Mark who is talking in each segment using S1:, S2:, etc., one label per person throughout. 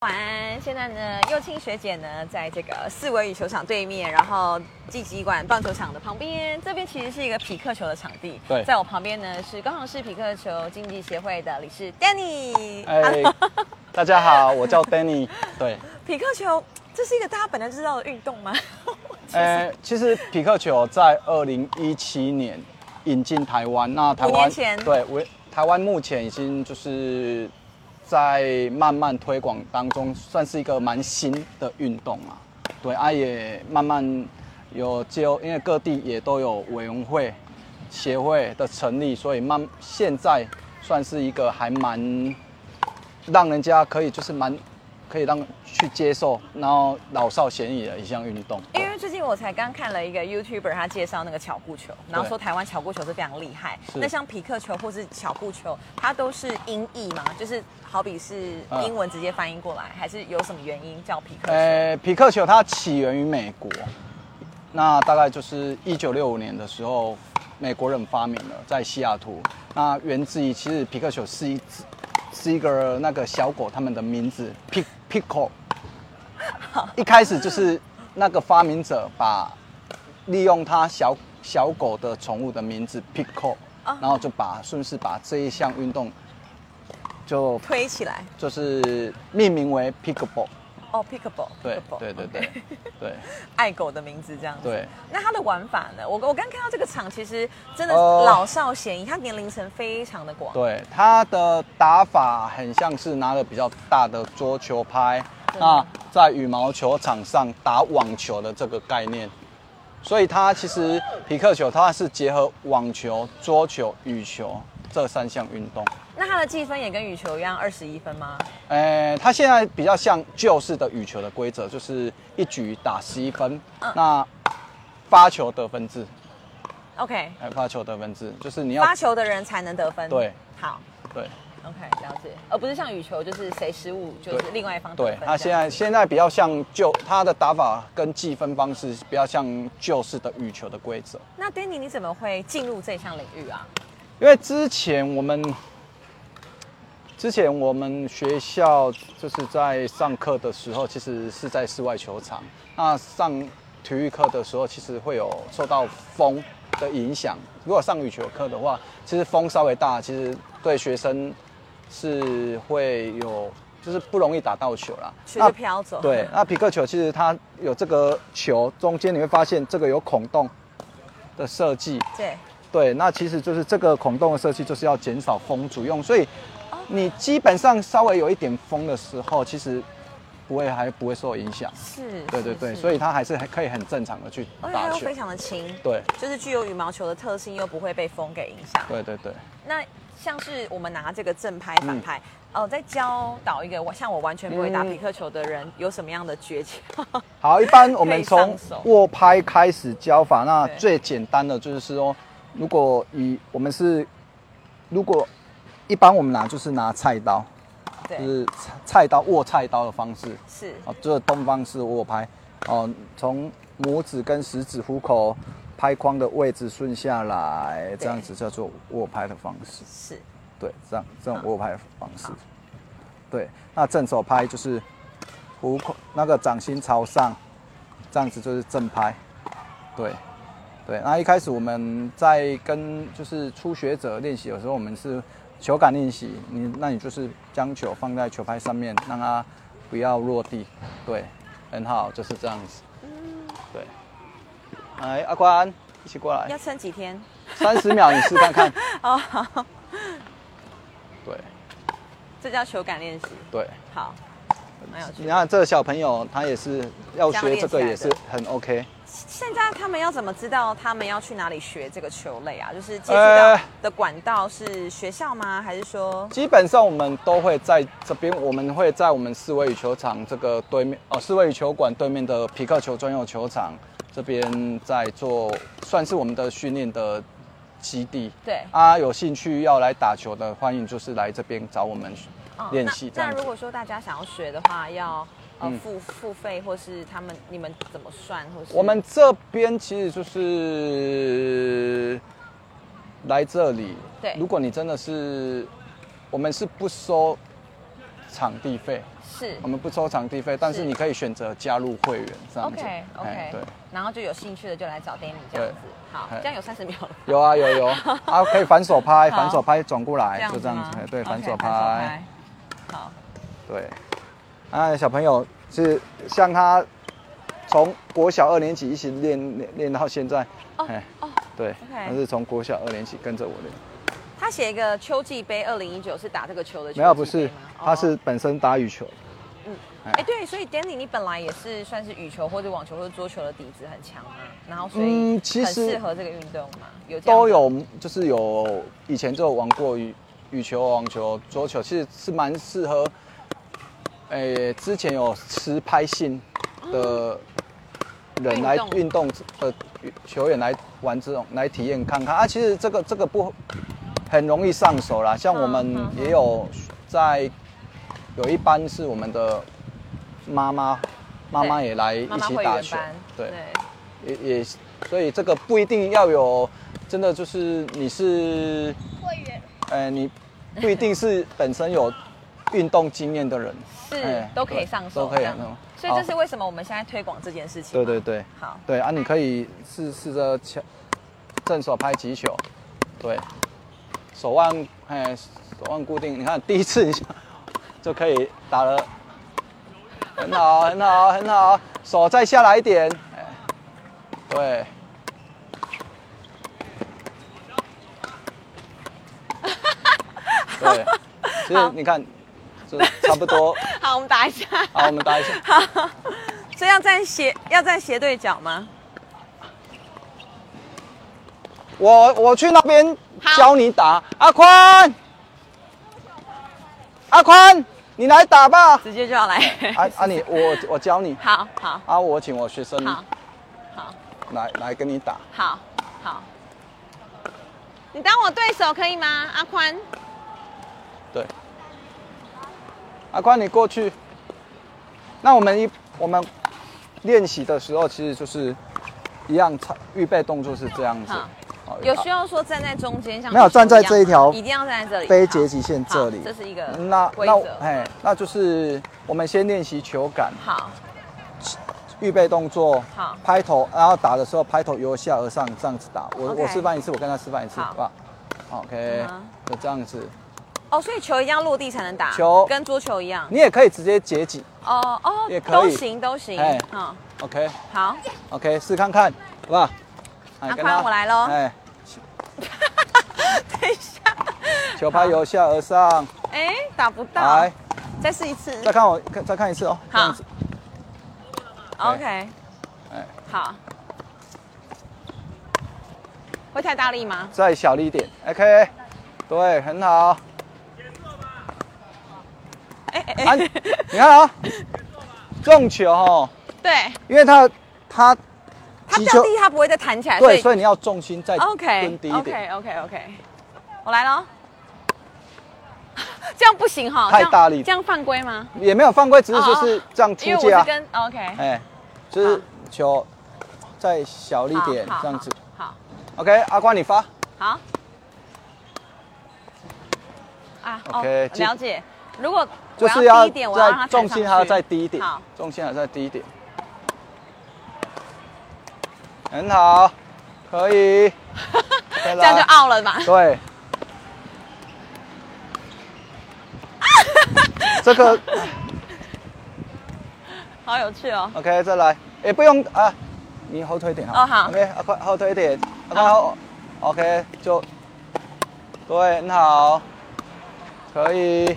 S1: 晚安，现在呢，幼青学姐呢，在这个四维羽球场对面，然后季集馆棒球场的旁边，这边其实是一个匹克球的场地。
S2: 对
S1: 在我旁边呢是高雄市匹克球竞技协会的理事 Danny。
S2: 哎，大家好，我叫 Danny。对，
S1: 匹克球这是一个大家本来就知道的运动吗？
S2: 哎，
S1: 呃
S2: 其实匹克球在二零一七年引进台湾，那台
S1: 五年
S2: 湾
S1: 前
S2: 对，我台湾目前已经就是在慢慢推广当中，算是一个蛮新的运动啊。对，啊也慢慢有借由，因为各地也都有委员会、协会的成立，所以慢现在算是一个还蛮让人家可以就是蛮可以让去接受，然后老少咸宜的一项运动。
S1: 因为最近我才刚看了一个 YouTuber，他介绍那个巧固球，然后说台湾巧固球是非常厉害。
S2: 是
S1: 那像匹克球或是巧固球，它都是音译嘛，就是好比是
S2: 嗯
S1: 英文直接翻译过来，还是有什么原因叫匹克球？
S2: 呃，匹克球它起源于美国，那大概就是一九六五年的时候，美国人发明了，在西雅图。那源自于其实匹克球是一只是一个那个小狗他们的名字 Pic Pickle。一开始就是那个发明者把利用他小小狗的宠物的名字 Pickle，、
S1: 啊
S2: 然后就把顺势把这一项运动就
S1: 推起来
S2: 就是命名为 Pickleball。
S1: 哦，pickable，
S2: 对
S1: pickable，
S2: 对对
S1: OK
S2: 对对
S1: 爱狗的名字这样子。
S2: 对，
S1: 那它的玩法呢？我我刚看到这个场，其实真的
S2: 哦
S1: 老少咸宜，它年龄层非常的广。
S2: 对，它的打法很像是拿了比较大的桌球拍，
S1: 对
S2: 那在羽毛球场上打网球的这个概念，所以它其实匹克球它是结合网球、桌球、羽球这三项运动。
S1: 那它的计分也跟羽球一样，二十一分吗？
S2: 呃，它现在比较像旧式的羽球的规则，就是一局打十一分，
S1: 嗯
S2: 那发球得分制，
S1: OK，
S2: 哎，发球得分制就是你要
S1: 发球的人才能得分。
S2: 对，
S1: 好
S2: 对。
S1: ，OK，了解。而不是像羽球，就是谁失误就是
S2: 对
S1: 另外一方得
S2: 对
S1: 分，
S2: 他
S1: 这
S2: 现
S1: 样
S2: 在现在比较像旧，他的打法跟计分方式比较像旧式的羽球的规则。
S1: 那 Danny 你怎么会进入这项领域啊？
S2: 因为之前我们之前我们学校就是在上课的时候，其实是在室外球场。那上体育课的时候，其实会有受到风的影响。如果上羽球课的话，其实风稍微大，其实对学生是会有就是不容易打到球啦。
S1: 球
S2: 那
S1: 就飘走。
S2: 对，那皮克球其实它有这个球中间你会发现这个有孔洞的设计，
S1: 对，
S2: 对，那其实就是这个孔洞的设计就是要减少风阻用，所以你基本上稍微有一点风的时候，其实不会还不会受影响。
S1: 是。哦
S2: 对对对，所
S1: 以
S2: 以它还是很可以很正常的去
S1: 而且它
S2: 打
S1: 又
S2: 球
S1: 非。常的轻。
S2: 对
S1: 就是具有羽毛球的特性，又不会被风给影响。
S2: 对对对，
S1: 那像是我们拿这个正拍、反拍，哦、在教导一个我像我完全不会打
S2: 嗯
S1: 匹克球的人，有什么样的诀窍？
S2: 好，一般我
S1: 可以
S2: 们
S1: 上
S2: 从
S1: 手
S2: 握拍开始教法。那
S1: 对
S2: 最简单的就是说，如果以我们是，如果一般我们拿就是拿菜刀，就
S1: 对，
S2: 是菜菜刀握菜刀的方式
S1: 是
S2: 啊，这、是东方式握拍哦，从拇指跟食指虎口拍框的位置顺下来，这样子叫做握拍的方式。
S1: 是，
S2: 对，这样这种握拍的方式。对，那正手拍就是虎口那个掌心朝上，这样子就是正拍。对，对。那一开始我们在跟就是初学者练习，有时候我们是球感练习，你那你就是将球放在球拍上面，让它不要落地。对，很好，就是这样子。对。来，阿关，一起过来
S1: 要。撑几天？
S2: 三十秒，你试看看。
S1: 哦， 好，
S2: 对
S1: 这叫球感练习。
S2: 对。
S1: 好，蛮有趣
S2: 你
S1: 的。
S2: 看这个小朋友，他也是要学这个，也是很 OK。
S1: 现在他们要怎么知道他们要去哪里学这个球类啊？就是接触到
S2: 呃
S1: 的管道是学校吗？还是说
S2: 基本上我们都会在这边，我们会在我们四位羽球场这个对面，哦，四位羽球馆对面的皮克球专用球场这边在做，算是我们的训练的基地。
S1: 对？
S2: 啊，有兴趣要来打球的，欢迎就是来这边找我们
S1: 哦
S2: 练习这
S1: 那
S2: 样
S1: 那
S2: 子
S1: 如。果说大家想要学的话，要呃
S2: 嗯
S1: 付付费，或是他们你们怎么算，或是
S2: 我们这边其实就是来这里。
S1: 对
S2: 如果你真的是，我们是不收场地费，
S1: 是
S2: 我们不收场地费，但是
S1: 是
S2: 你可以选择加入会员这样子。
S1: OK
S2: 哎
S1: OK，
S2: 对，
S1: 然后就有兴趣的就来找 Danny 这样子，好，
S2: 哎
S1: 这样有三十秒了。
S2: 有啊有有啊，可以反手 拍，
S1: 好
S2: 反手拍转过
S1: 这
S2: 来，
S1: 样
S2: 就
S1: 子
S2: 这样
S1: 吗
S2: 子，哎对，
S1: OK，
S2: 反手拍，
S1: 拍。好，
S2: 对。啊，小朋友是像他从国小二年级一起练练练到现在，
S1: 哦
S2: 哎
S1: 哦
S2: 对，
S1: OK
S2: 他是从国小二年级跟着我练。
S1: 他写一个秋季杯二零一九是打这个球的秋季杯
S2: 没
S1: 吗，
S2: 有，不是，他
S1: 哦
S2: 是本身打羽球，
S1: 哎、对，所以 Danny 你本来也是算是羽球或者网球或者桌球的底子很强嘛，然后所以
S2: 嗯其
S1: 很
S2: 实
S1: 适合这个运动嘛，有这样
S2: 都有，就是有以前就有玩过羽羽球、网球、桌球，其实是蛮适合。诶、之前有持拍性的人来
S1: 运动
S2: 运动的球员来玩这种来体验看看啊，其实这个这个不很容易上手啦，像我们
S1: 嗯嗯嗯
S2: 也有在有一班是我们的妈妈妈妈
S1: 对
S2: 也来一
S1: 妈妈
S2: 起
S1: 会
S2: 打
S1: 员
S2: 球
S1: 班，，
S2: 对。也也，所以这个不一定要有，真的就是你是
S3: 会员
S2: 呃，你不一定是本身有运动经验的人，
S1: 是、
S2: 哎
S1: 都可以
S2: 对
S1: 上手，
S2: 都可以
S1: 这样
S2: 那种
S1: 所以
S2: 好
S1: 这是为什么我们现在推广这件事情
S2: 对
S1: 嘛。
S2: 对对
S1: 好，
S2: 对啊，你可以试试着敲正手拍击球，对，手腕哎手腕固定，你看第一次你就就可以打了，很好很好很好，手再下来一点，哎，对。对，其实你看，就差不多。
S1: 好，我们打一下。
S2: 好，我们打一下。
S1: 好，所以要站斜，要站斜对角吗？
S2: 我我去那边教你打。阿宽，阿宽，你来打吧。
S1: 直接就要来。
S2: 啊啊你，我我教你。
S1: 好好
S2: 啊，我请我学生
S1: 好好
S2: 来来跟你打。
S1: 好好，你当我对手可以吗？阿宽，
S2: 对，阿宽，你过去。那我们一我们练习的时候，其实就是一样，操预备动作是这样子哦
S1: 好。
S2: 好
S1: 有需要说站在中间，像
S2: 没有
S1: 足球
S2: 站在
S1: 样
S2: 这一条
S1: 吗一定要站在这里，
S2: 非截极线这里
S1: 好，这是一个
S2: 那
S1: 规
S2: 那
S1: 则。
S2: 哎，那就是我们先练习球感。
S1: 好，
S2: 预备动作，
S1: 好
S2: 拍头，然后打的时候拍头由下而上这样子打。我
S1: OK
S2: 我示范一次，我跟他示范一次，
S1: 好
S2: 好不好好？OK，
S1: 嗯哼
S2: 就这样子。
S1: 哦，所以球一定要落地才能打，
S2: 球
S1: 跟桌球一样。
S2: 你也可以直接截击
S1: 哦哦，
S2: 也可
S1: 都
S2: 以
S1: 行都行
S2: 哎。
S1: 嗯，
S2: ，OK
S1: 好，
S2: OK，试看看，好不好？
S1: 阿
S2: 哎跟他
S1: 宽我来喽
S2: 哎，
S1: 等一下，
S2: 球拍由下而上，
S1: 哎，打不到
S2: 来，，
S1: 再试一次
S2: 再。看我看再看一次哦，这样
S1: 好
S2: 子，
S1: OK，
S2: 哎，
S1: 好。会太大力吗？
S2: 再小力一点，OK，对，很好。
S1: 哎哎
S2: 啊，
S1: 哎
S2: 你，看啊，中球哦，
S1: 对，
S2: 因为他他
S1: 它
S2: 击
S1: 掉地它不会再弹起来，
S2: 对，所以你要重心再
S1: 哎 OK
S2: 蹲低一点。
S1: OK OK OK，我来喽。 这样不行哈，
S2: 太
S1: 这样
S2: 大力
S1: 这样犯规吗？
S2: 也没有犯规，只是
S1: 哦
S2: 就是这样
S1: 因
S2: 出
S1: 为我
S2: 界
S1: 是
S2: 啊。
S1: 跟哦 OK
S2: 哎，就是球再小力
S1: 好
S2: 点
S1: 好
S2: 这样子。
S1: 好
S2: OK，阿瓜你发。
S1: 好啊哦
S2: OK，，记
S1: 了解。如果
S2: 就
S1: 我
S2: 是
S1: 要低一点，我要让
S2: 在
S1: 它
S2: 重心还要再低一点
S1: 好，
S2: 重心还要再低一点。很好，可以。 再
S1: 这样就啊 out 了吧？
S2: 对。这个
S1: 好有趣哦。
S2: OK，再来，也不用啊，你后退一点
S1: 哦好
S2: OK，啊快后退一点，啊快后，OK 就，对，很好，可以，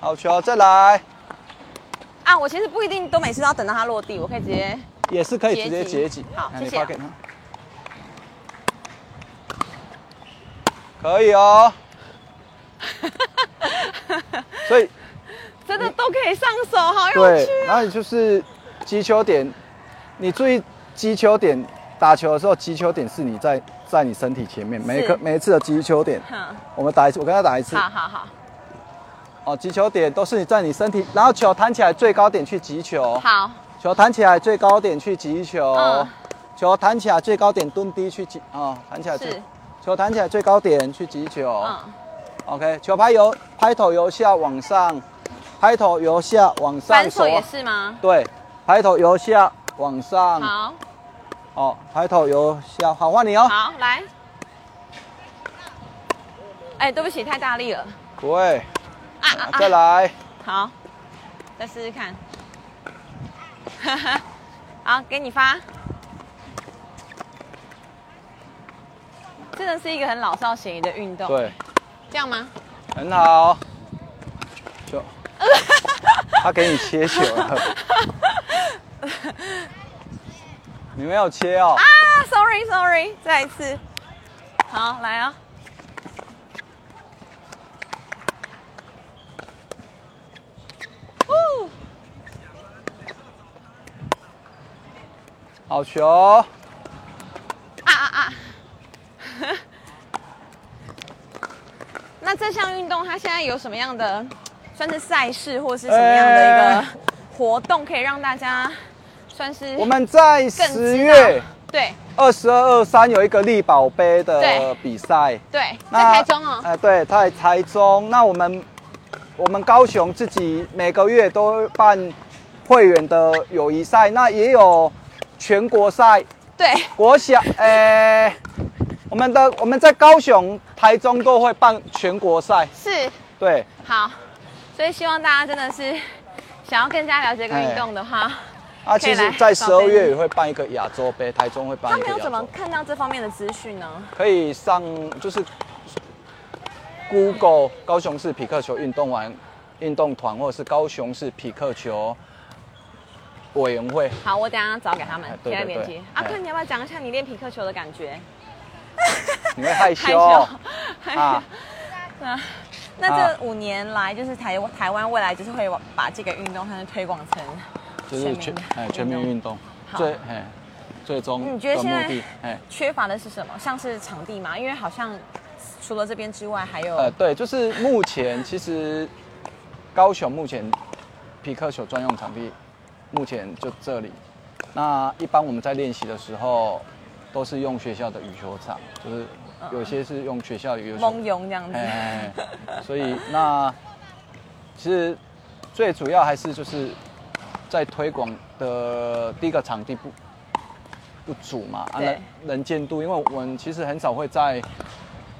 S2: 好球，再来，
S1: 啊，我其实不一定都每次都要等到它落地，我可以直接
S2: 也是可以直
S1: 截
S2: 接截
S1: 击
S2: 击，
S1: 好
S2: 哎
S1: 谢
S2: 你
S1: 谢
S2: 发给他，可以 哦，所以
S1: 真的都可以上手，好啊有
S2: 对
S1: 趣。，哦
S2: 然后你就是击球点，你注意击球点，打球的时候击球点是你在在你身体前面，每一个每一次的击球点，
S1: 哼，
S2: 我们打一次，我跟他打一次，
S1: 好好好
S2: 哦，击球点都是你在你身体，然后球弹起来最高点去击球，
S1: 好，
S2: 球弹起来最高点去击球，
S1: 嗯
S2: 球弹起来最高点蹲低去击，哦，弹起来最
S1: 是，
S2: 球弹起来最高点去击球、
S1: 嗯，
S2: o k 球拍由拍头由下往上，拍头由下往上
S1: 反
S2: 手啊
S1: 手，也是吗？
S2: 对，拍头由下往上，
S1: 好，
S2: 哦，拍头由下，好，换你哦，
S1: 好，来。哎，对不起，太大力了。
S2: 不会，
S1: 啊啊
S2: 再
S1: 啊！
S2: 来，
S1: 好，再试试看。 好，给你发。真的是一个很老少咸宜的运动。，
S2: 对，
S1: 这样吗？
S2: 很好， 就，他给你切球了，你没有切哦，
S1: 啊，sorry sorry，再一次，好，来啊、哦。
S2: 好球，
S1: 啊啊啊！ 那这项运动它现在有什么样的算是赛事，或是什么样的
S2: 哎
S1: 一个活动，可以让大家算是
S2: 我们在
S1: 嗯更知道
S2: 十月
S1: 对
S2: 二十二、二三有一个力宝杯的
S1: 对
S2: 比赛。
S1: 对在
S2: 那
S1: 台中哦，
S2: 呃，对，在台中。那我们我们高雄自己每个月都办会员的友谊赛，那也有全国赛。
S1: 对
S2: 国小，呃、我们的我们在高雄、台中都会办全国赛。
S1: 是
S2: 对，
S1: 好，所以希望大家真的是想要更加了解这个运动的话，
S2: 啊，
S1: 可以
S2: 其
S1: 来
S2: 实在
S1: 宝
S2: 十二
S1: 贝
S2: 月也会办一个亚洲杯，台中会办
S1: 他
S2: 一
S1: 们
S2: 个
S1: 有
S2: 亚
S1: 怎么
S2: 洲，
S1: 看到这方面的资讯呢？
S2: 可以上就是 Google 高雄市匹克球运动完运动团，或者是高雄市匹克球委员会。
S1: 好，我等一下找给他们
S2: 哎对
S1: 贴在
S2: 对
S1: 链
S2: 对
S1: 接。阿
S2: 哎
S1: 坤，你要不要讲一下你练匹克球的感 觉？
S2: 你会害羞哦
S1: 害羞
S2: 啊？
S1: 那那这五年来，就是台台湾未来就是会把这个运动算是推广成，
S2: 就是全哎全民运动
S1: 好
S2: 最哎最终
S1: 你觉得
S2: 的
S1: 现
S2: 目
S1: 在
S2: 的哎
S1: 缺乏的是什么？像是场地嘛，因为好像除了这边之外，还有、
S2: 呃对，就是目前其实高雄目前皮克球专用场地目前就这里。那一般我们在练习的时候都是用学校的羽球场，就是有些是用学校的羽球场
S1: 嗯蒙拥这样子。
S2: 哎，所以那其实最主要还是就是在推广的第一个场地不不足嘛，啊
S1: 对
S2: 能能见度，因为我们其实很少会在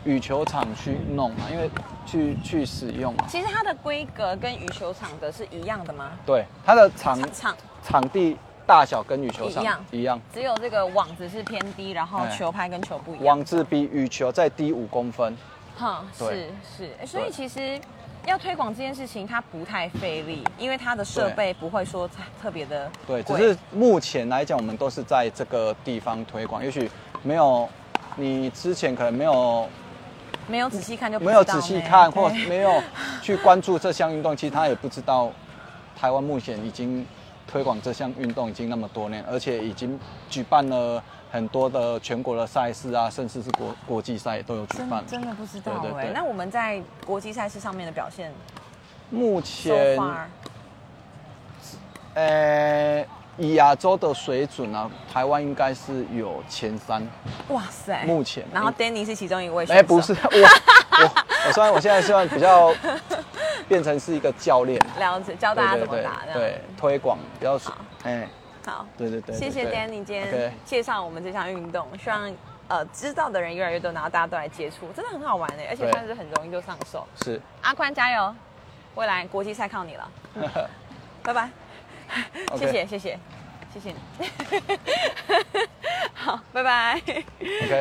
S2: 羽球场去弄嘛，因为去去使用嘛。
S1: 其实它的规格跟羽球场的是一样的吗？
S2: 对，它的场
S1: 场
S2: 场地大小跟羽球场
S1: 一样
S2: 一样，
S1: 只有这个网子是偏低，然后
S2: 哎
S1: 球拍跟球不一样。
S2: 网子比羽球再低五公分。
S1: 哈，是
S2: 对
S1: 是，欸所以
S2: 对
S1: 其实要推广这件事情，它不太费力，因为它的设
S2: 对
S1: 备不会说特别的
S2: 对，只
S1: 贵
S2: 是目前来讲，我们都是在这个地方推广，也许没有你之前可能没有
S1: 没有仔细看就不
S2: 没有
S1: 知道
S2: 仔细
S1: 呢
S2: 看，或
S1: 对
S2: 没有去关注这项运动，其实他也不知道台湾目前已经推广这项运动已经那么多年，而且已经举办了很多的全国的赛事啊，甚至是国国际赛都有举
S1: 真
S2: 办
S1: 的。真的不知道
S2: 对对
S1: 哎、
S2: 对
S1: 那我们在国际赛事上面的表现
S2: 目
S1: so
S2: 前，
S1: far，
S2: 呃，以亚洲的水准啊，台湾应该是有前三。
S1: 哇塞，
S2: 目前
S1: 然后 Danny 是其中一位，
S2: 哎、不 是，我，我我虽然我现在虽然比较变成是一个教练，
S1: 了解，教 大家怎么打
S2: 对
S1: 这样
S2: 对，推广比较哎，
S1: 好，
S2: 对对对，
S1: 谢谢 Danny 今天
S2: OK
S1: 介绍我们这项运动，希望呃知道的人越来越多，然后大家都来接触，真的很好玩哎、而且
S2: 对
S1: 算是很容易就上手。
S2: 是，
S1: 阿宽加油，未来国际赛靠你了，拜拜。谢
S2: OK
S1: 谢谢谢谢谢你，好，拜拜。
S2: OK。